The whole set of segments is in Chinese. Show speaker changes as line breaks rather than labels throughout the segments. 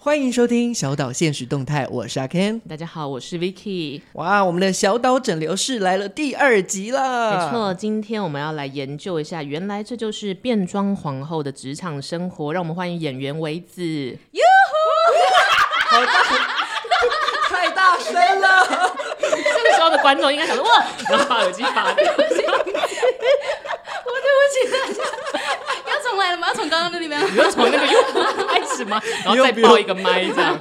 欢迎收听小岛现实动态，我是阿 Ken。
大家好，我是 Vicky。
哇，我们的小岛诊疗室来了第二集啦！
没错，今天我们要来研究一下，原来这就是变装皇后的职场生活。让我们欢迎演员维子。
好大，太大声 了！
这个时候的观众应该想说哇，然后把耳机拔掉。
我对不起大家，要重来了吗？要从刚刚那里面？
你要从那个又开始吗？然后再抱一个麦这样。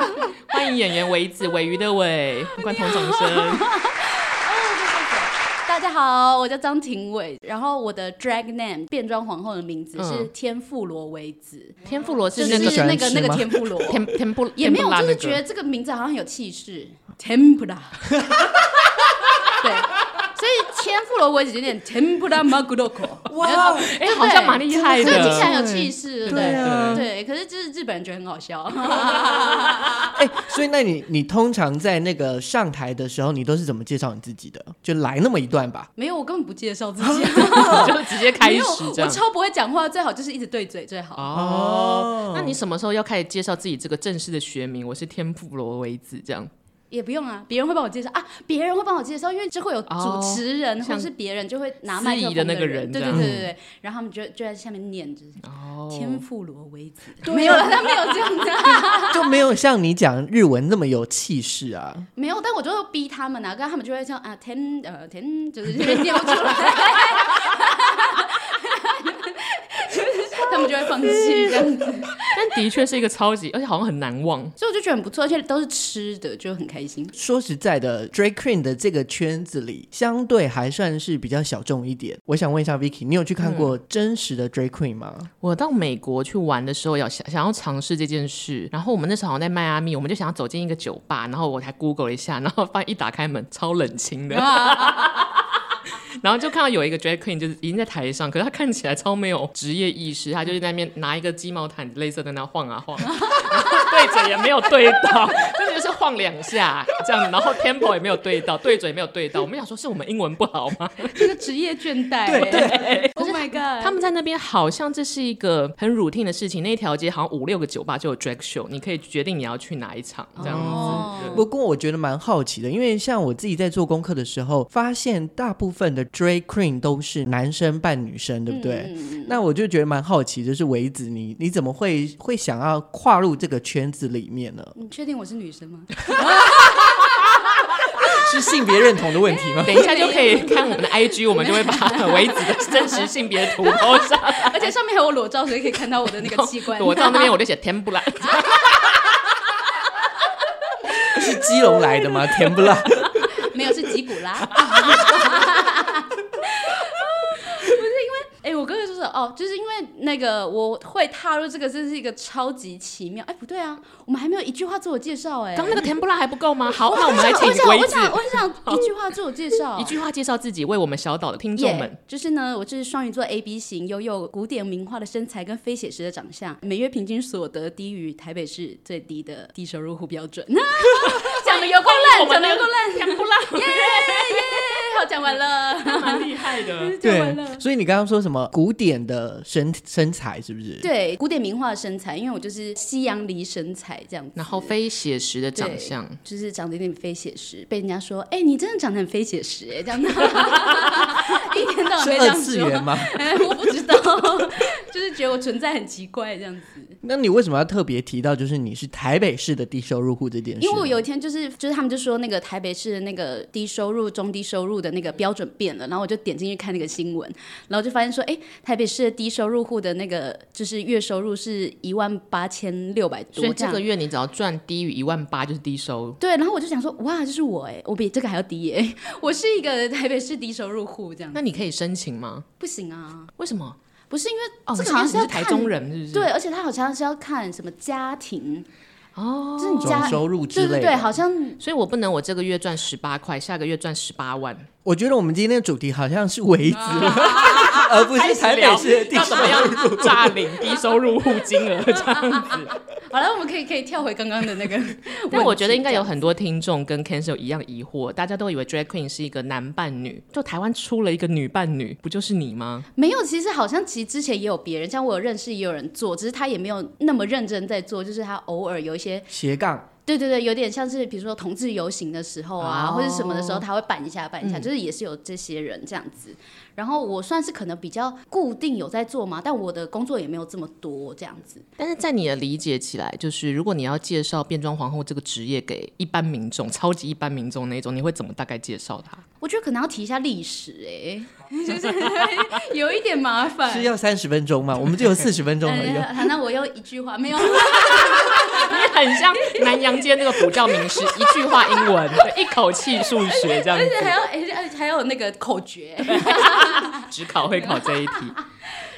欢迎演员维子，尾鱼的尾，观同掌 声。
大家好，我叫张庭伟，然后我的 drag name 变装皇后的名字是
嗯
天妇罗维子，
天妇罗
就是是
那个
喜欢
那个
吃
那个
吗
天妇罗，
天天不
也没有，
天不辣
就
那
是
个
觉得这个名字好像有气势，tempura，对。所以天妇罗维子有点 tempura maguroko，
哇，哦
哎，好像蛮厉害
所以听起来
的。
很有气势，对不
对
对？
啊，
对，可是就是日本人觉得很好笑。
哎、所以那你你通常在那个上台的时候，你都是怎么介绍你自己的？就来那么一段吧。
没有，我根本不介绍 自己，
就直接开
没
始
有，
这
我
样。
超不会讲话，最好就是一直对嘴最好。
嗯
哦，那你什么时候要开始介绍自己这个正式的学名？我是天妇罗维子，这样
也不用啊，别人会帮我介绍啊，别人会帮我介绍，因为就会有
哦
主持人、或
像
者是别人就会拿
司
麦克
仪
风
的那个人
人，对
这
对
样
对对对，然后他们就就在下面念，就是、
哦
天妇罗维子，没有了，他没有这样子、啊
就没有像你讲日文那么有气势啊。
没有，但我就会逼他们啊，跟他们就会像啊天呃天，就是这边念不出来， 就是他们就会放弃这样子，
但的确是一个超级，而且好像很难忘。
所以我就觉得很不错，而且都是吃的，就很开心。
说实在的，drag queen 的这个圈子里，相对还算是比较小众一点。我想问一下 Vicky，你有去看
嗯
过真实的 drag queen 吗？
我到美国去玩的时候，要想想要尝试这件事，然后我们那时候好像在迈阿密，我们就想要走进一个酒吧，然后我才 Google 了一下，然后发现一打开门超冷清的， 然后就看到有一个 drag queen 就是已经在台上，可是他看起来超没有职业意识，他就是在那边拿一个鸡毛毯类似的那晃啊晃，然后对着也没有对到， 真的就是晃两下这样，然后 tempo 也没有对到，对准也没有对到，我们想说是我们英文不好吗？
这个职业倦怠、对 对，Oh my god，
他们在那边好像这是一个很 routine 的事情，那一条街好像五六个酒吧就有 drag show，你可以决定你要去哪一场这样子。
哦
不过我觉得蛮好奇的，因为像我自己在做功课的时候，发现大部分的 drag queen 都是男生扮女生，对不对？
嗯
那我就觉得蛮好奇，就是维子你你怎么会会想要跨入这个圈子里面呢？
你确定我是女生吗？
是性别认同的问题吗？
等一下就可以看我们的 IG，我们就会把维子的真实性别图抛上。
而且上面还有我裸照，所以可以看到我的 那个器官。哎
我到那边我就写天 不来，
是基隆来的吗？甜不 辣？
没有是吉古拉。 不是因为，哎、我刚才说是哦，就是因为那个我会踏入这个，真是一个超级奇妙。哎、不对啊，我们还没有一句话自我介绍哎、
刚那个天不来还不够吗？好，那我们来请
我想，
维
我
子
想，我想一句话自我介绍。
一句话介绍自己，为我们小岛的听众们。
就是呢，我就是双鱼座 A B 型，拥有古典名画的身材跟非写实的长相，每月平均所得低于台北市最低的低收入户标准。 讲的有够烂，讲的有够烂，
天不来
耶 耶，好，讲完了。
蛮厉害的。
对，所以你刚刚说什么古典的身身材是不是？
对，古典名画的身材，因为我就是西洋梨身材这样 子，
然后非写实的长
对
相，
就是长得有点非写实，被人家说，哎、你真的长得很非写实，哎，这样子，一天到晚
是
被这
二
样
次
说，
元吗？
哎、 我不知道，就是觉得我存在很奇怪这样子。
那你为什么要特别提到就是你是台北市的低收入户这件事呢？
因为我有一天就是就是他们就说那个台北市的那个低收入、中低收入的那个标准变了，然后我就点进去看那个新闻，然后就发现说，哎、台北市的低收入户的那个就是月收入是一万八千六百多
所以
这
这
样
个。月你只要赚低于一万八就是低收入。
对，然后我就想说，哇，这是我哎、我比这个还要低耶、 我是一个台北市低收入户这样，
那你可以申请吗？
不行啊，
为什么？
不是因为
哦，
这
这
个
个
好
好像
像是
是
要
台
看
中人，是不是？
对，而且他好像是要看什么家庭哦，就是你
总
家
收入之
对
类的。
对对，好像
所以我不能，我这个月赚十八块，下个月赚十八万，
我觉得我们今天的主题好像是围子， 而不是台北市的地
要怎么样诈领低收入户金 额这样子？
好了，我们可以可以跳回刚刚的那个问题，
但我觉得应该有
这样
很多听众跟 c a n c e l 一样的疑惑，大家都以为 drag queen 是一个男扮女，就台湾出了一个女扮女，不就是你吗？
没有，其实好像其实之前也有别人，像我有认识也有人做，只是他也没有那么认真在做，就是他偶尔有一些，
斜杠，
对对对，有点像是比如说同志游行的时候啊，
哦
或者什么的时候，他会办一下办一
嗯
下，就是也是有这些人这样子。然后我算是可能比较固定有在做嘛，但我的工作也没有这么多这样子。
但是在你的理解起来，就是如果你要介绍变装皇后这个职业给一般民众、超级一般民众那种，你会怎么大概介绍它？
我觉得可能要提一下历 史、哎，就是有一点麻烦。
是要三十分钟吗？我们只有四十分钟而已哦。
嗯 好那我用一句话没有。
你很像南洋街那个补教名师，一句话英 文，对一口气数学这样
而且
子，
还要，而且而且还有那个口诀，
只考会考 这一题。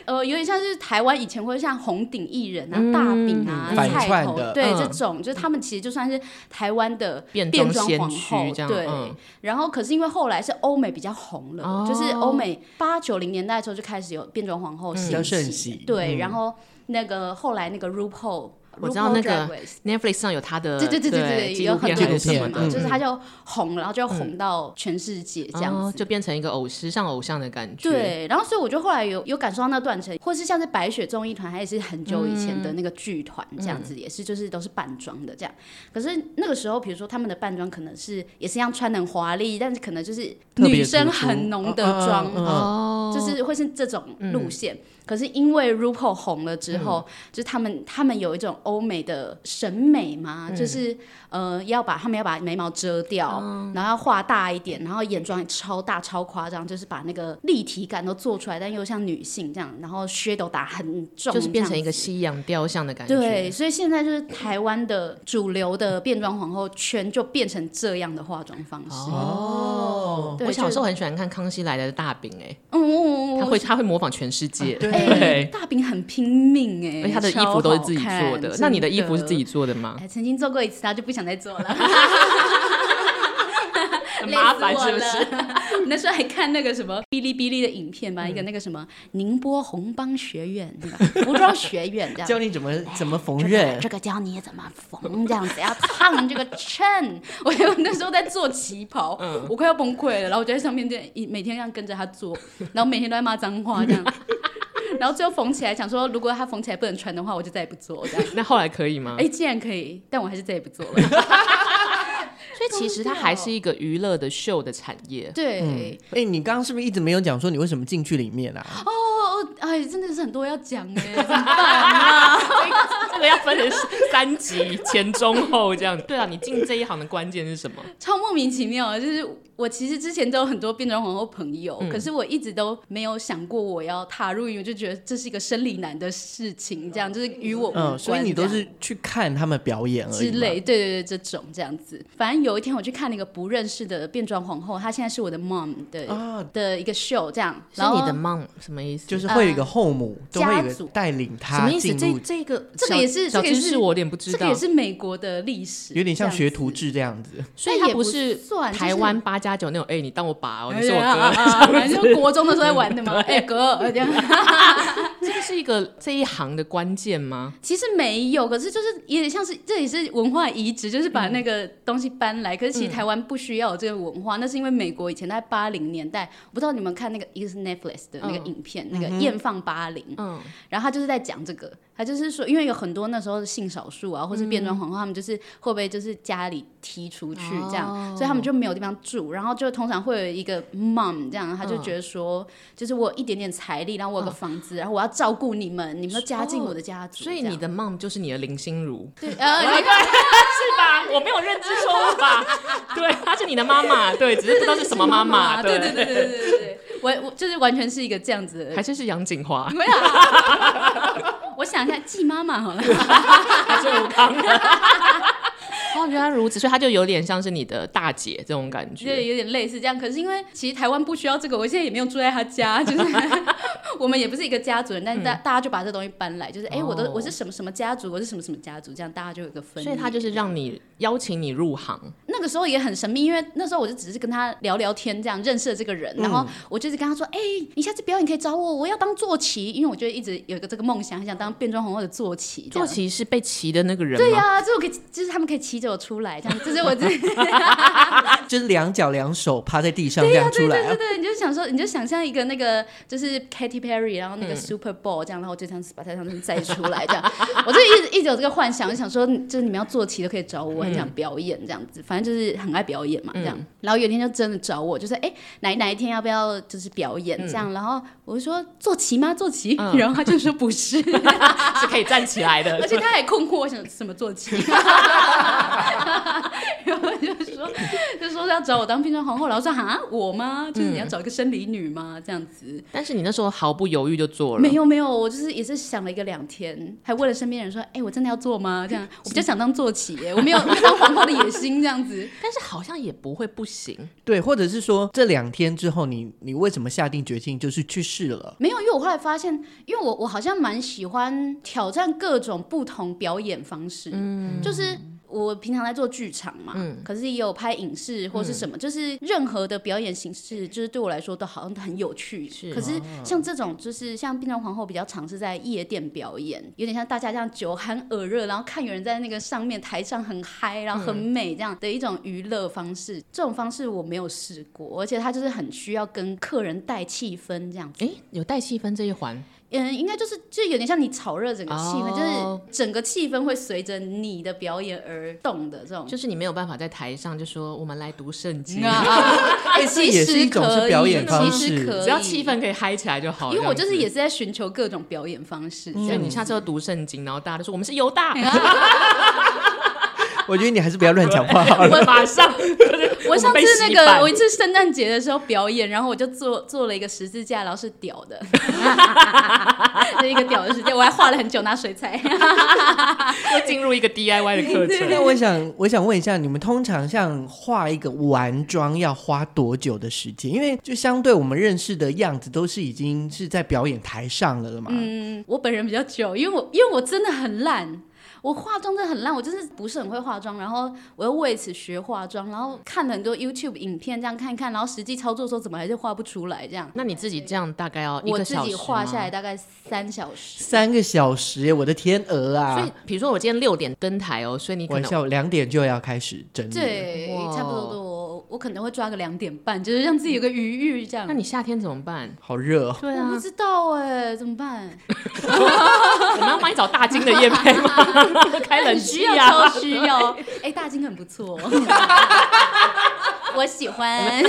呃，有点像是台湾以前会像红顶艺人啊、
嗯
大饼啊、
反
菜
串
头，
的
对、
嗯
这种，就是他们其实就算是台湾的
变
装
装先
皇后
驱，这样，
对。
嗯
然后可是因为后来是欧美比较红了，
哦
就是欧美八九零年代的时候就开始有变装皇后
比较
嗯
兴
盛
起，
行
对。然后那个后来那个 RuPaul，
我知道那个
RuPaul Drag Race
Netflix 上有他的
对对对对对，
纪
有
录
很
片嗯
纪
还
多
录
是什
片
么哦
片嘛，
的，
就是他就红，然后就红到全世界这样
哦
子。
就变成一个偶师，像偶像的感觉。，
对，然后所以我就后来有有感受到那断层，或是像是白雪综艺团，它也是很久以前
嗯
的那个剧团这样子，也是就是都是扮装的这样。可是那个时候，比如说他们的扮装可能是也是一样穿得很华丽，但是可能就是
特别
女生
突出
很浓的
嗯嗯
妆，
嗯
哦，
就是会是这种路线。可是因为 RuPaul 红了之
嗯
后，就是他们他们有一种欧美的审美嘛，
嗯
就是呃要把他们要把眉毛遮掉，
哦
然后要画大一点，然后眼妆也超大超夸张，就是把那个立体感都做出来，但又像女性这样，然后 shadow 打很重，
就是变成一
这
个
样子。
西洋雕像的感觉。
对，所以现在就是台湾的主流的变装皇后圈就变成这样的化妆方式。
哦，
对
我小时
就
候很喜欢看《康熙来了》的大饼，哎，
嗯嗯嗯嗯，
他会 他会模仿全世界，
对
哎、大饼很拼命哎、
而且他的衣服都是自己做
超好
的
看。
那你的衣服是自己
真
做的
的？
吗？
哎，曾经做过一次，他就不想再做 了，
很
累
麻
死
烦
我
是不是？
了？ 那时候还看那个什么哔哩哔哩的影片
嗯
吧，一个那个什么宁波红帮学院、 那个服装学院 这样。
教你怎么怎么缝
这个
纫
这，个教你怎么缝，这样子要烫这个衬。 我我那时候在做旗袍，
嗯
我快要崩溃了，然后我就在上面这样一每天这样跟着他做，然后每天都在骂脏话 这样。然后最后缝起来，想说如果他缝起来不能穿的话，我就再也不做 这样。
那后来可以吗
哎、？既然可以，但我还是再也不做 了。
所以其实它还是一个娱乐的秀的产业。
对，
哎、你刚刚是不是一直没有讲说你为什么进去里面啊？
哦哦，哎，真的是很多要讲哎，怎么办啊
这个要分成三集，前中后这样。对啊，你进这一行的关键是什么？
超莫名其妙的。就是我其实之前都有很多变装皇后朋友，
嗯
可是我一直都没有想过我要踏入，因为就觉得这是一个生理难的事情，这样就是与我无关、
嗯，所以你都是呃去看他们表演而
之
已嘛。
类，对对对，这种这样子。反正有一天我去看了一个不认识的变装皇后，她现在是我的 mom 的、
啊
的一个 show，这样。
是
然后
你的 mom 什么意思？
就是会有一个后母，都会有一
家
个
族
带领
什
他
么意思？
进
这
入，
这个
这个
小
也是
小
这个也
知
是
识，我有点不知
这个
道
也。是美国的历史，
有点像
这样
学
子
徒制这样子。
所以
但
它
也
哎不
不
是
算就是
台湾八加九那种，哎，你当我爸哦，你是我
啊
哥。
啊啊反正就国中的时候在玩的嘛。哎、哥，这样
这个是一个这一行的关键吗？
其实没有，可是就是也像是这也是文化移植，就是把
嗯
那个东西搬来。可是其实台湾不需要有这个文化，那是因为美国以前在八零年代，我不知道你们看那个一个是 Netflix 的那个影片，那个《艳放八零》，
嗯，
然后他就是在讲这个，他就是说，因为有很多那时候的性少数啊，或是变装皇后，他们就是会被就是家里踢出去这样，
哦
所以他们就没有地方住，然后就通常会有一个 mom 这样，他就觉得说，就是我有一点点财力，然后我
嗯
有个房子，然后我要照顾你们，你们都加
哦
进我的家族这
所
样，
以你的 mom 就是你的林心如，
对呃
对， 是吧？我没有认知错误吧？ 对，她是你的妈妈，对，只是不知道是什么妈 妈，
对对对对对对对，我我就是完全是一个这样子的
还是是杨锦 华，
没有啊。 我想一下，季妈妈 好了，
还是吴康？ 哦，原来如此，所以她就有点像是你的大姐这种感
觉得
觉。
有点类似这样。可是因为其实台湾不需要这个，我现在也没有住在他家，就是 我们也不是一个家族人，但是大、大家就把这东西搬来，就是哎、
嗯哦
我都我是什么什么家族，我是什么什么家族，这样大家就有一个分野。
所以她就是让你邀请你入行，
那个时候也很神秘，因为那时候我就只是跟他聊聊天，这样认识了这个人，然后我就是跟他说，哎、你下次表演可以找我，我要当坐骑，因为我就一直有一个这个梦想，很想当变装皇后的坐骑。这
坐
样
骑是被骑的那个人
啊对啊
吗？
呀、这我可以就是就是他们可以骑着我出来，这样，就是我自己。
就是两脚两手趴在地上这样出来、啊
对。对，你就想说，你就想象一个那个就是 Katy Perry，然后那个 Super Bowl 这样，然后就这样子把它这样子载出来，这样，我就一直一直有这个幻想，就想说，嗯就是你们要做棋都可以找我，很想表演这样子，反正就是很爱表演嘛，这样。然后有一天就真的找我，就是哎哪哪一天要不要就是表演这样，然后我就说坐骑吗？坐骑，然后他就说不是，
是可以站起来 的。
而且他也困惑，我想什么坐 骑，然后就说就说要找我当变装皇后，然后说哈我吗？就是你要找一个生理女吗？这样子。
但是你那时候毫不犹豫就做了，
没有没有，我就是也是想了一个两天，还问了身边人说：“哎、我真的要做吗？”这样，我比较想当坐骑耶，我没有当皇后的野心这样子。
但是好像也不会不行。
对，或者是说这两天之后你，你为什么下定决心就是去试了？
没有，因为我后来发现，因为我我好像蛮喜欢挑战各种不同表演方式，就是。我平常在做剧场嘛，可是也有拍影视或是什么，就是任何的表演形式，就是对我来说都好像很有趣。
是
可是像这种，就是像变装皇后比较尝试在夜店表演，有点像大家这样酒酣耳热，然后看有人在那个上面台上很嗨，然后很美这样的一种娱乐方式。这种方式我没有试过，而且它就是很需要跟客人带气氛这样子。
哎、有带气氛这一环，
嗯，应该就是就有点像你炒热整个气氛，
哦
就是整个气氛会随着你的表演而动的这种。
就是你没有办法在台上就说我们来读圣 经，
哎
哎这也是一种是表演方式
可以，
只要气。氛可以嗨起来就好。
因为我就
哦
是嗯
这样
也是在寻求各种表演方式，
子，
这
所以
样
你下次要读圣经，然后大家都说我们是犹 大，
我觉得你还是不要乱讲话好了。
我马上，
我上次
被
那
洗
个，
版
我一次圣诞节的时候表演，然后我就做做了一个十字架，然后是屌的， 是一个屌的十字架，我还画了很久，拿水彩。
又进入一个 DIY 的课程。
那我想，我想问一下，你们通常像化一个完妆要花多久的时间？因为就相对我们认识的样子，都是已经是在表演台上了的嘛。
嗯，我本人比较久，因为我因为我真的很烂。我化妆真的很烂，我就是不是很会化妆，然后我又为此学化妆，然后看了很多 YouTube 影片，这样看一看，然后实际操作的时候怎么还是画不出来这样。
那你自己这样大概要一
我
个
自
小时
己画下来
吗。
大概三小时，
三个小时耶，我的天鹅
所以
啊！，
比如说我今天六点登台哦，所以你可
玩
能
啊
笑，两点就要开始整理。，
对，
嗯哇
差不多多。我我可能会抓个两点半，就是让自己有个余裕这样。
那你夏天怎么办？
好热、哦。
对
我不
啊，
知道哎、怎么办？
我们要帮你找大金的夜配 吗？开冷
很
气
需要，
啊！
超需 要。哎、大金很不错，哦我 喜欢。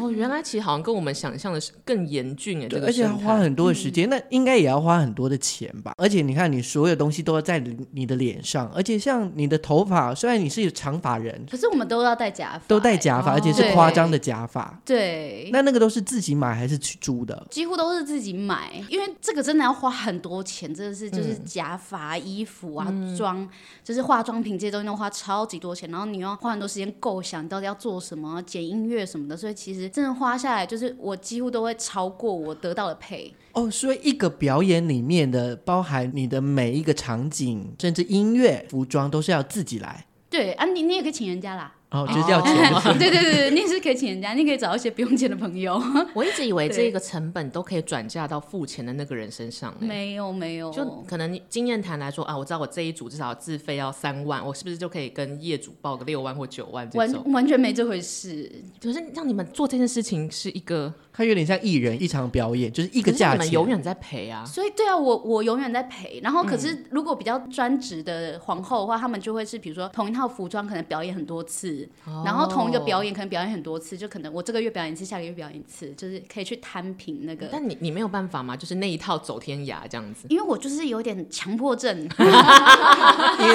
哦，原来其实好像跟我们想象的是更严峻哎，这
对，
个
而且要
生态嗯
花很多的时间，那应该也要花很多的钱吧？而且你看，你所有东西都要在你你的脸上，而且像你的头发，虽然你是长发人，
可是我们都要戴假发、
都戴假发，
哦
而且是夸张的假发。
对。
那那个都是自己买还是去租的？
几乎都是自己买，因为这个真的要花很多钱，真的是就是假发、衣服啊、妆、就是化妆品这些东西都花超级多钱，然后你又要花很多时间构想你到底要做什么、剪音乐什么的，所以其实真的花下来，就是我几乎都会超过我得到的配。
哦，所以一个表演里面的包含你的每一个场景，甚至音乐、服装都是要自己来，
对啊，你你也可以请人家啦，
哦，就是要钱的。
对对对，对你也是可以请人家，你也可以找一些不用钱的朋友。
我一直以为
对
这个成本都可以转嫁到付钱的那个人身上、欸，
没有没有，
就可能经验谈来说啊，我知道我这一组至少自费要三万，我是不是就可以跟业主报个六万或九万这种？
完完全没这回事。
可是让你们做这件事情是一个
它有点像艺人一场表演，就是一
一
个价
你们
钱。
永远在赔啊。
所以对啊，我我永远在陪。然后可
嗯
是如果比较专职的皇后的话，他们就会是比如说同一套服装可能表演很多次，然后同一个表
演，
演可能表演很多次，就可能我这个月表演一次，下个月表演一次，就是可以去摊平那个。
嗯但你你没有办法吗？就是那一套走天涯这 样子，
因为我就是有点强 迫症，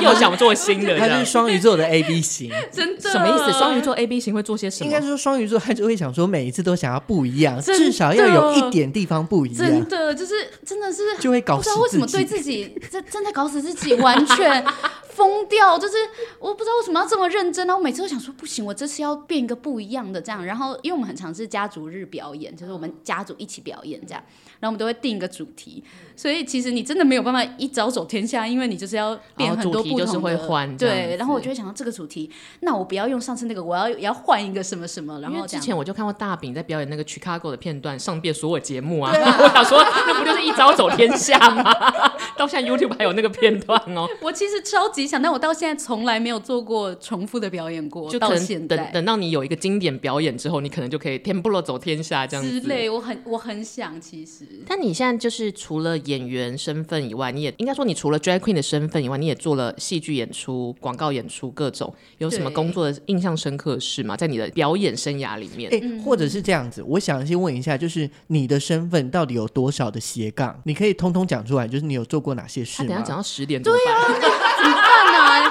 又想做新的这
它就
样
啊
是。双鱼座的 A B 型，
真的
什么意思？双鱼座 A B 型会做些什
应
么
该？说双鱼座他就会想说每一次都想要不一样，
真哦
至少要有一点地方不一
真
样，
的就是真的是
就会搞
不知
死
道为什么
自
对
己。
自己真真的搞死自己，完 全疯掉。就是我不知道为什么要这么认真然后我每次都想说，不行，我这次要变一个不一样的这样。然后，因为我们很常是家族日表演，就是我们家族一起表演这样，然后我们都会定一个主题。所以其实你真的没有办法一招走天下，因为你就是要变很多
哦主题
不
就是
同的。
会换这样子
对，然后我就会想到这个主题，那我不要用上次那个，我要也要换一个什么什么，然
因为
后这
之
样。
前我就看过大饼在表演那个
啊
Chicago 的片段，上遍所有节目啊。我想说，那不就是一招走天下吗？ 到现在 YouTube 还有那个片段哦，
我其实超级想，但我到现在从来没有做过重复的表演过，
就可
到
能
现
等
在
等到你有一个经典表演之后，你可能就可以天不罗走天下这样
之
子。
类，我很我很想，其实
但你现在就是除了演员身份以外，你也应该说你除了 drag queen 的身份以外，你也做了戏剧演出、广告演出各种，有什么
对
工作的印象深刻的事吗？在你的表演生涯里面，
哎、或者是这样子，我想先问一下，就是你的身份到底有多少的斜杠？你可以通通讲出来，就是你有做过哪些
他
事
等一下讲
吗？
到十点怎么
啊
办？
怎么办呢？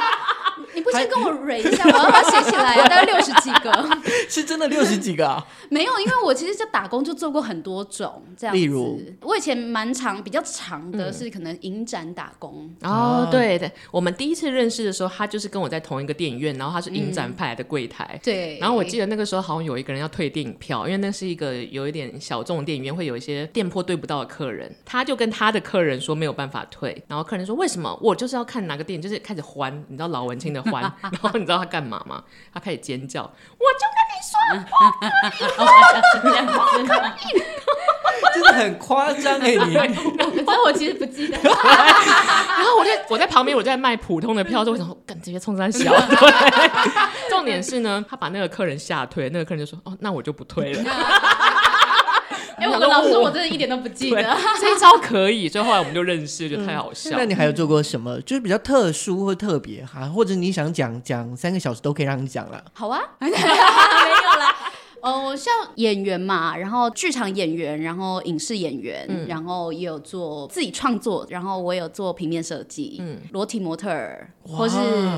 你 不先跟我蕊一下，我要把它写起来，啊大概六十几个。
是真的六十几个、啊，
没有，因为我其实在打工就做过很多种这样子。
例如，
我以前蛮长、比较长
嗯
的是可能影展打工，
哦
啊，
对对，我们第一次认识的时候，他就是跟我在同一个电影院，然后他是影展派来的柜台。
对。
然后我记得那个时候好像有一个人要退电影票，因为那是一个有一点小众的电影院，会有一些店铺对不到的客人，他就跟他的客人说没有办法退，然后客人说为什么？我就是要看哪个电影，就是开始欢，你知道老文青的 欢，然后你知道他干嘛吗？他开始尖叫，我就跟你说，
真的很夸张哎！你
得，但我其实不记得。
然啊后我就我在旁边我就在卖普通的票，就我想说，干这些冲山 小。重点是呢，他把那个客人吓退，那个客人就说：“哦，那我就不退了。
哎、我们老师我真的一点都不”记
对
得。，
这一招可以。所以后来我们就认识，就太好笑
那。你还有做过什么？就是比较特殊或特别哈、或者你想讲讲三个小时都可以让你讲了。
好啊，没有啦。哦，像演员嘛，然后剧场演员，然后影视演员，然后也有做自己创作，然后我有做平面设计，嗯，裸体模特儿，
哇
或是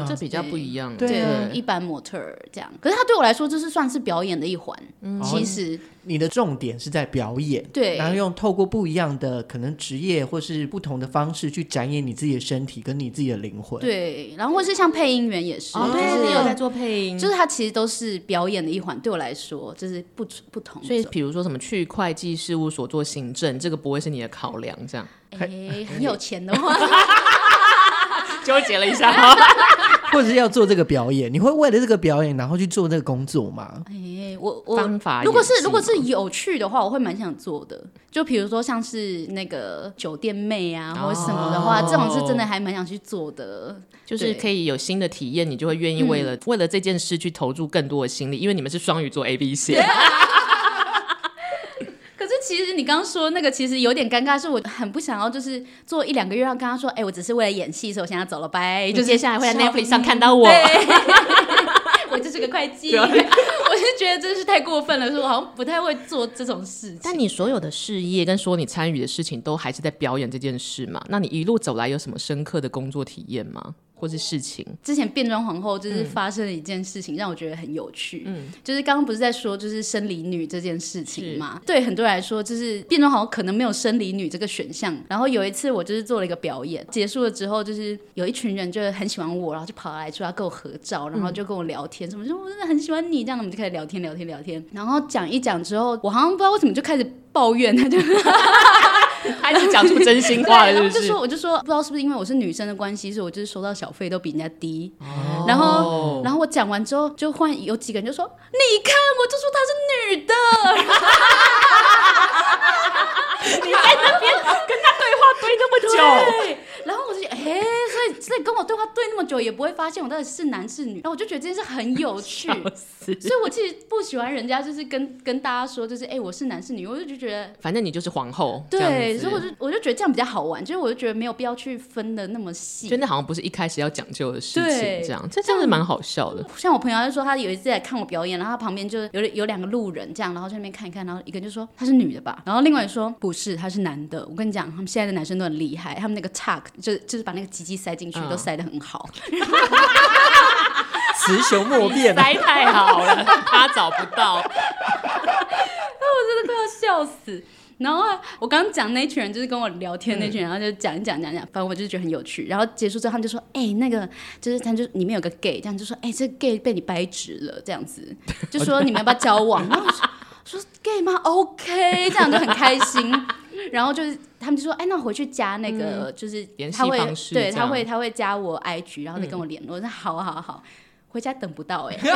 这比较不一样。
对
对
啊
一般模特儿这样。可是他对我来说，就是算是表演的一环。其实
你的重点是在表演，
对
然后用透过不一样的可能职业或是不同的方式去展演你自己的身体跟你自己的灵魂。，
对，然后或是像配音员也是，
哦，
就
对，
是
你有在做配音，嗯
就是他其实都是表演的一环。对我来说，就是不不同种。
所以比如说什么去会计事务所做行政，这个不会是你的考量，这样
哎、很有钱的话，
纠结了一 下。哦
或者是要做这个表演，你会为了这个表演然后去做这个工作吗？
哎、我我
方法
如果是
演技
如果是有趣的话，我会蛮想做的。就比如说像是那个酒店妹啊，或者什么的话，
哦
这种是真的还蛮想去做的。
就是可以有新的体验，你就会愿意为了、
嗯
为了这件事去投注更多的心力，因为你们是双鱼座 A B C。
可是其实你刚刚说那个其实有点尴尬，是我很不想要，就是做一两个月，要跟他说，哎、我只是为了演戏，所以我现在走了，拜。就
就是接下来会在 Netflix 上看
到
到我。
我就是个会计，
对啊
我是觉得真是太过分了，说我好像不太会做这种事情。
但你所有的事业跟所有你参与的事情，都还是在表演这件事嘛？那你一路走来有什么深刻的工作体验吗？或是事 情？
之前变装皇后就是发生了一件事情，让我觉得很有趣。嗯，就是刚刚不是在说就是生理女这件事情嘛？对很多人来说，就是变装皇后可能没有生理女这个选项。然后有一次我就是做了一个表演，结束了之后，就是有一群人就是很喜欢我，然后就跑来说要跟我合照，然后就跟我聊天，什么说我真的很喜欢你，这样我们就开始聊天聊天聊天。然后讲一讲之后，我好像不知道为什么就开始抱怨，他就
开始讲出真心
对，
话
然后
了，
就是
不是
说，？我就说，不知道是不是因为我是女生的关系，所以我就是收到小费都比人家低。
哦
然 后，然后我讲完之后，就换有几个人就说：“你看，我就说她是女的。
你在那边跟他对话对那”么久，
对。然后我就觉得，哎、所以所以跟我对话对那么久，也不会发现我到底是男是女。然后我就觉得这件事很有 趣，
笑死！
所以我其实不喜欢人家就是跟跟大家说，就是哎、我是男是女，我就觉得。
反正你就是皇后，
对，所以我
就
就我就觉得这样比较好玩，就是我就觉得没有必要去分的那么细，
觉得好像不是一开始要讲究的事情，
对
这样这真的蛮好笑的。
像我朋友他就说，他有一次来看我表演，然后他旁边就有有两个路人这样，然后在那边看一看，然后一个就说他是女的吧，然后另外一个说不是，他是男的。我跟你讲，他们现在的男生都很厉害，他们那个 tuck 就就是把那个鸡鸡塞进去，
嗯
都塞得很好。
雌雄莫辩啊！
塞哎太好了，他找不到。
真的快要笑死。然后啊我刚刚讲那群人就是跟我聊天
嗯
那群人，然后就讲一讲讲一讲，反正我就觉得很有趣。然后结束之后，他们就说：“哎、那个就是他就里面有个 gay，这样就说：哎、这个 gay 被你掰直了，这样 子，就说你们要不要交往？”然后我说说 gay 吗？OK，这样就很开心。然后就是他们就说：“哎、那我回去加那个，就是
嗯联系
他会
方式
对
这
他
样嗯
会他会加我 IG，然后再跟我联络。我说好好好。啊回家等不到哎、
你真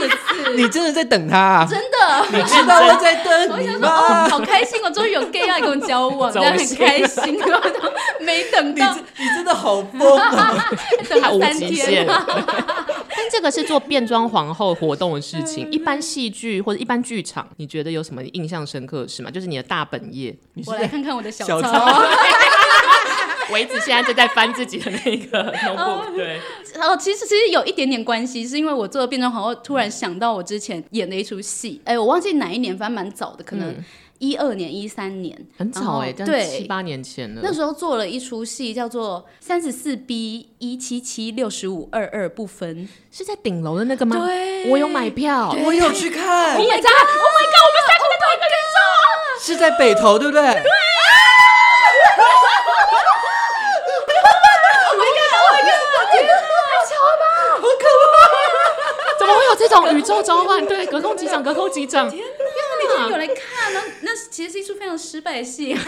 的
是
你真的在等他、啊，
真的。
你知道我在等
我
你
想说，
吗？
哦，好开心，我终于有 gay 要跟我交往，这样很开心，然后都没等
你
到，
真你真的好疯
哦
啊！
等
他
了
无
三
极
天
限。。但这个是做变装皇后活动的事情，一般戏剧或者一般剧场，你觉得有什么印象深刻的事吗？就是你的大本业，
你是
我来看看我的小
小
抄。
维子现在正在翻自己的那个 notebook，对，
哦，其实其实有一点点关系，是因为我做变装皇后，突然想到我之前演的一出戏，哎，我忘记哪一年，反正蛮早的，可能一二年、一三年，
嗯很早哎、
然后
但七
对。
八年前了
那。时候做了一出戏，叫做《三十四 B 一七七六十五二二不分》。
是在顶楼的那个吗？
对
我有买票。
我有去看
哎
Oh，my god！Oh my god！我们三个在同一个人
是在北投，对不对？
怎么会有这种宇宙召唤？对，隔空击掌，隔空击掌。
那有来看，然后 那其实是一出非常失败的戏，啊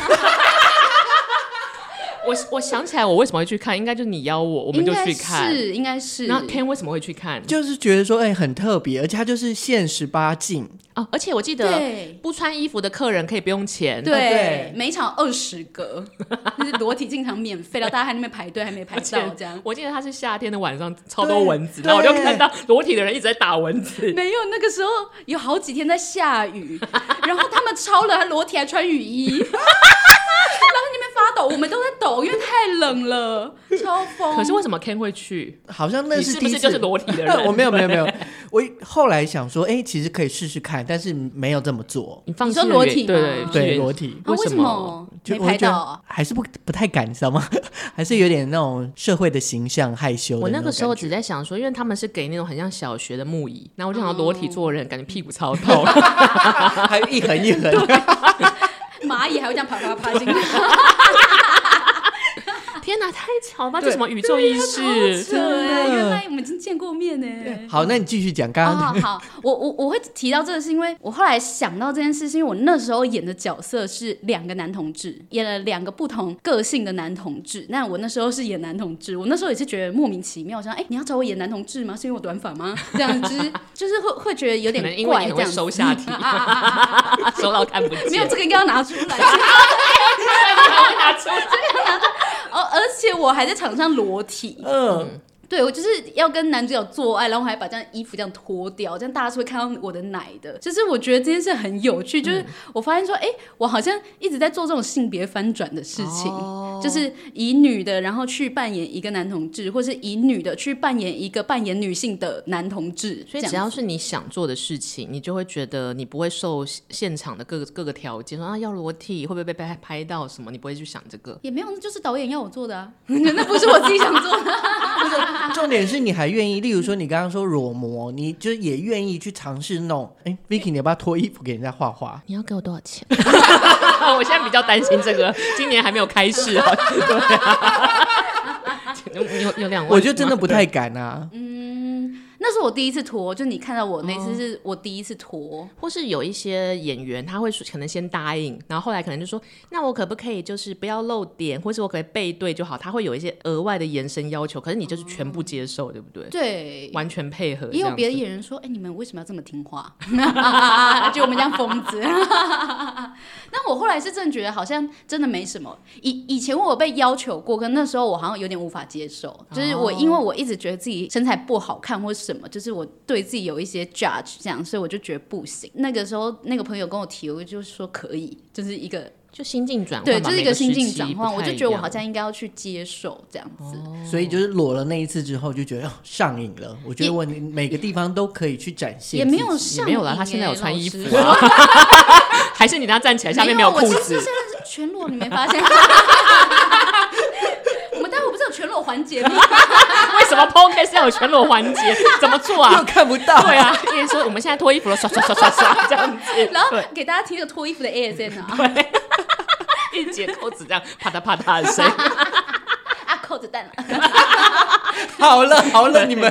我我想起来，我为什么会去看？应该就是你邀我， 我
我
们就去看。
是应该是。
然后 Ken 为什么会去看？
就是觉得说，哎、很特别，而且它就是限十八禁，
啊，而且我记得
对
不穿衣服的客人可以不用钱。
对
对，每一场二十 个，就是裸体进场免费，然后大家还在那边排队，还没排到这样。
我记得他是夏天的晚上，超多蚊子，
对
然后我就看到裸体的人一直在打蚊子。
没有，那个时候有好几天在下雨，然后他们超冷，还裸体还穿 雨衣，然后在那边发抖，我们都在抖，因为太冷了，超 疯。
可是为什么 Ken 会去？
好像那
你
是
是
第
不
一
是
次。呃
就是裸体的 人？
我没有没有没有，我后来想说，哎、其实可以试试看，但是没有这么做。
你放
你说
弃了
裸
原
体
对
吗
对
啊
对，裸体。
啊
为
为
什
什
么
么
就
没
我
排
觉得
到
哦
啊？
还是不不太敢，你知道吗？ 还是有点那种社会的形象害羞的
我那
那
个时候
只
只在想说，因为他们是给那种很像小学的木椅，然后我就想
哦
裸体坐人，感觉屁股超 痛。
还有一横一横，
蚂蚁还会这样爬爬爬进去，
天哪，太巧吧！
对
这什么宇宙意识？
对，原来我们已经见过面呢。
好，那你继续讲，刚刚
哦，好，我我我会提到这个，是因为我后来想到这件事，是因为我那时候演的角色是两个男同志，演了两个不同个性的男同志。那我那时候是演男同志，我那时候也是觉得莫名其妙，我想，哎、你要找我演男同志吗？是因为我短发吗？这样就是就是会会觉得有
可
点
能因为
怪
你很会
这样子。啊
收下体， 收到看不见，
没有这个应该要拿出 来，
拿出来。
哦，而且我还在场上裸体，
嗯，
对我就是要跟男主角做爱，然后我还把这样衣服这样脱掉，这样大家是会看到我的奶的。就是我觉得这件事很有趣，
嗯
就是我发现说，哎、我好像一直在做这种性别翻转的事情，
哦
就是以女的然后去扮演一个男同志，或是以女的去扮演一个扮演女性的男同志，
所以
这
只
样
要
子
是你想做的事情，你就会觉得你不会受现场的各个各个条件，说啊要裸体会不会被拍拍到什么，你不会去想这个。
也没有，那就是导演要我做的啊， 那不是我自己想做的。啊
重点是你还愿意，例如说你刚刚说裸模，你就也愿意去尝试弄。
嗯
哎，Vicky，你要不要脱衣服给人家画画？
你要给我多少钱？ 我现在比较担心这个，今年还没有开 市啊。对啊，有有两万，
我就真的不太敢啊。
嗯那是我第一次脱，就你看到我那
哦
次是我第一次脱。
或是有一些演员，他会说可能先答应，然后后来可能就说，那我可不可以就是不要露点，或是我可不可以背对就好？他会有一些额外的延伸要求，可是你就是全部接受，对不对？
对，
完全配合这样子，
也有别的演员说：“哎、你们为什么要这么听话？ 就我们这样疯子。”但我后来是真的觉得好像真的没什么。以以前我有被要求过，跟那时候我好像有点无法接受，就是
哦
我因为我一直觉得自己身材不好看或什么，就是我对自己有一些 judge 这样，所以我就觉得不行。那个时候那个朋友跟我提，我就说可以，就是一个
就心境转换吧，
对，就是
每
一
个
个心
时
境
期
转
不
换，我
太
就
一
觉得我
样哦
好像应该要去接受这样子。
所以就是裸了那一次之后，就觉得哦上瘾了。我觉得我每个地方都可以去展现，
也没有上
没有啦
瘾
他现在
欸
有穿
老
衣
实
服
说
啊还是你让他站起来，下面没有
我
裤
其
子
实。是全裸，你没发现？我们待会不是有全裸环节吗？
为什么 podcast 要有全裸环节？怎么做
又
啊？
看不到。
对啊，因为说我们现在脱衣服了，刷刷刷刷刷这样子，
然后
对
给大家听一个脱衣服的 ASN 啊，
一解扣子这样啪嗒啪嗒的声音。
啊扣子蛋了。
好了好了，你们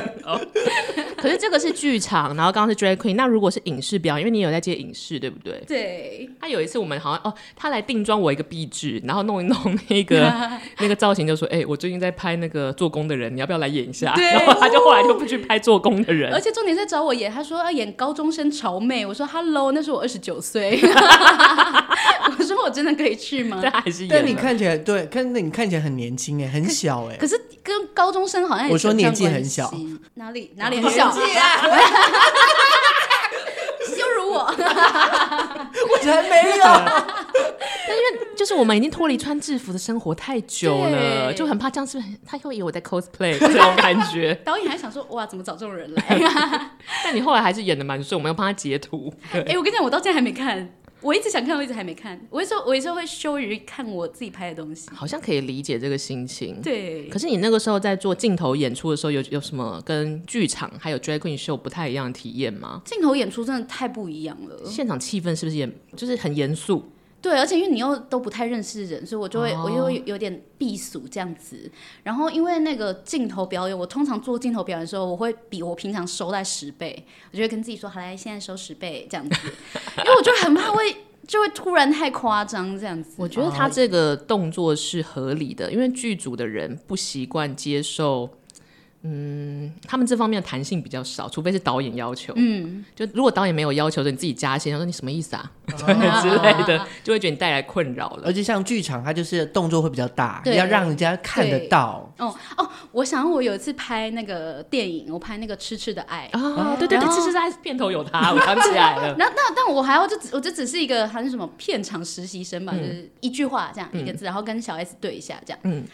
可是这个是剧场，然后刚刚是 drag queen，那如果是影视表演，因为你有在接影视，对不对？
对，
他有一次我们好像哦，他来定妆我一个壁纸，然后弄一弄那 个那个造型，就说：“哎、我最近在拍那个做工的人，你要不要来演一下？”
对
然后他就后来就不去拍做工的人
而。且重点是找我演，他说要演高中生潮妹，我说 Hello，那时候我二十九岁，我说我真的可以去吗？
但他还是演
但
了
你看起来对，看那你看起来很年轻哎，很小哎，
可是跟高中生好像也
我说
扯上
年纪很
关系
小，
哪里哪里很小？ 羞辱我！
我才没有。
但因为就是我们已经脱离穿制服的生活太久了，
对。
就很怕这样是不是他会以为我在 cosplay 这种感觉
导演还想说，哇，怎么找这种人来？哎、
但你后来还是演的蛮顺，我们要帮他截图。
哎我跟你讲，我到现在还没看，我一直想看，我一直还没看。我有时候我有时候会羞于看我自己拍的东西。
好像可以理解这个心情。
对
可，是你那个时候在做镜头演出的时候有，有什么跟剧场还有 drag queen show 不太一样的体验吗？
镜头演出真的太不一样了。
现场气氛是不是也就是很严肃？
对，而且因为你又都不太认识人，所以我就会、
哦
我就会有点避俗这样子。然后因为那个镜头表演，我通常做镜头表演的时候，我会比我平常收在十倍，我就会跟自己说，好来，现在收十倍这样子，因为我就很怕会就会突然太夸张这样子。
我觉得他这个动作是合理的，因为剧组的人不习惯接受，嗯，他们这方面的弹性比较少，除非是导演要求。嗯，就如果导演没有要求的，你自己加一些，他说你什么意思啊对 之类的，就会觉得你带来困扰了。
而且像剧场，它就是动作会比较大，
对
要让人家看得到。
哦哦，我想我有一次拍那个电影，我拍那个《痴痴的爱》
啊，对对
然
对，
后
其实在片头有他，我想起来了。
然后，但但我还要就只我就只是一个好像什么片场实习生吧，就是一句话这样、一个字，然后跟小 S 对一下这样。
嗯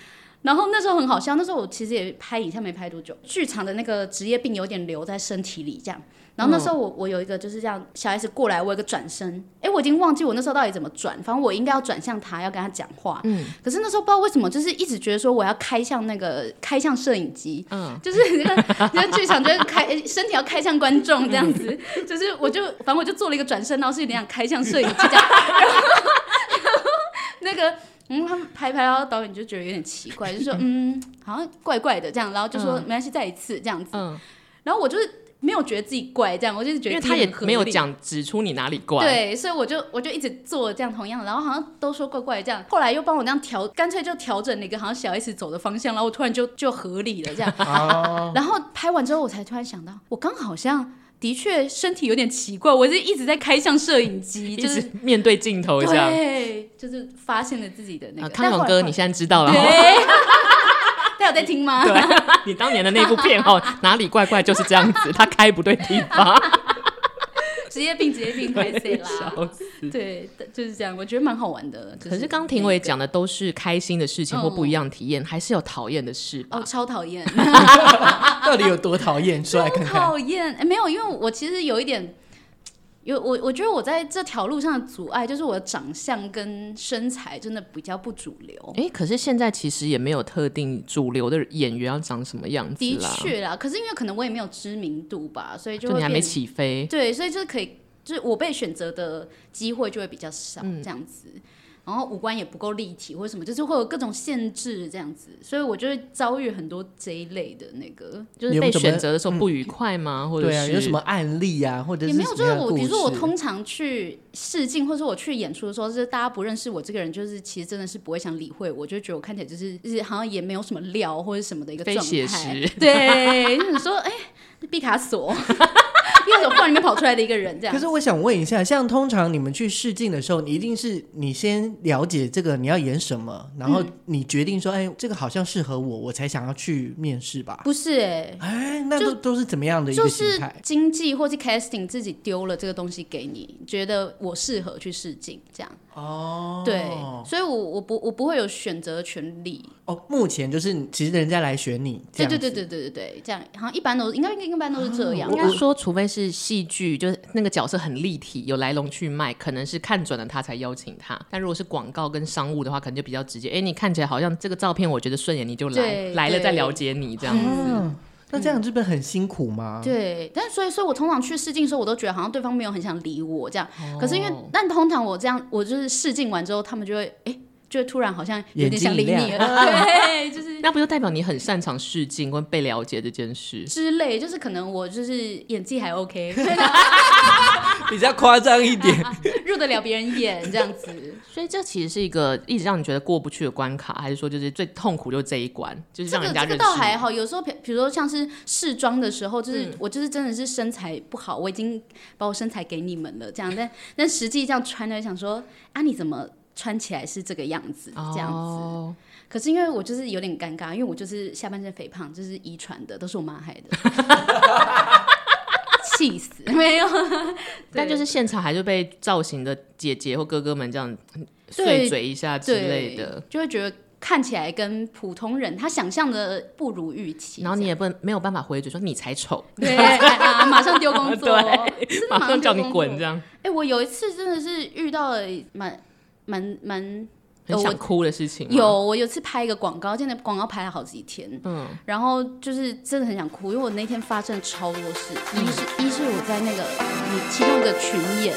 然后那时候很好笑，那时候我其实也拍影像没拍多久，剧场的那个职业病有点留在身体里这样。然后那时
嗯
候我我有一个就是这样，小 S 过来，我有一个转身，哎，我已经忘记我那时候到底怎么转，反正我应该要转向他，要跟他讲话。嗯。可是那时候不知道为什么，就是一直觉得说我要开向那个开向摄影机，
嗯，
就是那个那个剧场就是开身体要开向观众这样 子，就是我就反正我就做了一个转身，然后是有点想开向摄影机这样， 然后然后那个。嗯，他们拍拍，然后导演就觉得有点奇怪，就 说嗯，好像怪怪的这样，然后就说、
嗯
没关系，再一次这样子。
嗯，
然后我就是没有觉得自己怪这样，我就是觉
因
得
为
自
他
己
也
很合
没有
理
讲指出你哪里怪，，
对，所以我就我就一直做这样同样的，然后好像都说怪怪的这样，后来又帮我这样调，干脆就调整了一个好像小 S 走的方向，然后我突然就就合理了这样。
哦，
然后拍完之后，我才突然想到，我刚好像的确身体有点奇怪，我是一直在开向摄影机，
一
就
直
是
面对镜头这样。
对，就是发现了自己的那
啊，
个。
康永
但后
哥，
来
你现在知道了。
对， 他有在听吗？
对 你当年的那部片哦， 哪里怪怪就是这样子，他开不对地方，
职业病，职业病，拍谁 啦？
笑死。
对，就是这样，我觉得蛮好玩的。就
可是刚庭伟讲的都是开心的事情或不一样的体验，还是有讨厌的事吧
嗯哦，？超讨厌。
到底有多讨厌？说来看看。
讨厌、哎没有，因为我其实有一点，有我我觉得我在这条路上的阻碍就是我的长相跟身材真的比较不主流。
哎、可是现在其实也没有特定主流的演员要长什么样子
的
啦，
确啦，可是因为可能我也没有知名度吧，所以就
就
会
你还没
变
起飞，
对，所以就是可以，就是我被选择的机会就会比较少
嗯
这样子。然后五官也不够立体，或者什么，就是会有各种限制这样子，所以我就会遭遇很多这一类的那个，
就
你
是
有没
被
有怎么
选择的时候不愉快吗？或者
对
是
啊，有什么案例啊，或者
也
是
没有，
什
就
么样
是
的
我，
故
比如说我
事
通常去试镜，或者是我去演出的时候，就是大家不认识我这个人，就是其实真的是不会想理会我，就觉得我看起来就是就是好像也没有什么料或者什么的一个
非
状
写
态
实，
对，就是说哎，毕卡索， 毕卡索画里面跑出来的一个人这样
可。是我想问一下，像通常你们去试镜的时候，你一定是你先了解这个你要演什么，然
嗯
后你决定说，哎，这个好像适合我，我才想要去面试吧？
不是哎、
哎，那都都是怎么样的一
就
个心
是
态？
经纪或是 casting 自己丢了这个东西给你，觉得我适合去试镜这样。
哦，
对，所以我我不我不会有选择权利。
哦，目前就是其实人家来选你，这
对
样
对
子
对对对对对，这样好像一般都应该一般都是这样
哦
应。该说，除非是戏剧，就是那个角色很立体，有来龙去脉，可能是看准了他才邀请他。但如果是广告跟商务的话，可能就比较直接。哎、你看起来好像这个照片，我觉得顺眼，你就来
对
来了，
对
再了解你这样子。
嗯，那这样是不是很辛苦吗？
对，但所以，所以我通常去试镜的时候，我都觉得好像对方
哦
没有很想理我这样。可是因为，但通常我这样，我就是试镜完之后，他们就会，哎、就突然好像有
眼
点
睛
想
一
理
亮
你了， 对，就是
那不就代表你很擅长试镜跟被了解这件事？
之类，就是可能我就是演技还 OK，
比较夸张一点。
入得了别人眼这样子。
啊所以这其实是一个一直让你觉得过不去的关卡，还是说就是最痛苦就是这一关，就是
这
让
个
人家
这
认
个
识
倒
你嗯
还好，有时候比比如说像是试妆的时候，就是、我就是真的是身材不好，我已经把我身材给你们了这样，但但实际这样穿呢，想说啊你怎么穿起来是这个样子这样子？
哦
可是因为我就是有点尴尬，因为我就是下半身肥胖，就是遗传的，都是我妈害的， 气死没有。
但就是现场还是被造型的姐姐或哥哥们这样碎嘴一下 之类的，
就会觉得看起来跟普通人他想象的不如预期。
然后你也不能没有办法回嘴说你才丑，
对、啊，马上丢工 作，哦
对
真 的
马上叫你
丢工
滚
作
这。样，
哎、我有一次真的是遇到了蛮蛮蛮
很
呃
想哭的事情吗。
有，我有一次拍一个广告，真的广告拍了好几天，嗯，然后就是真的很想哭，因为我那天嗯发生了超多事，一是一是我在那个你其中一个群演，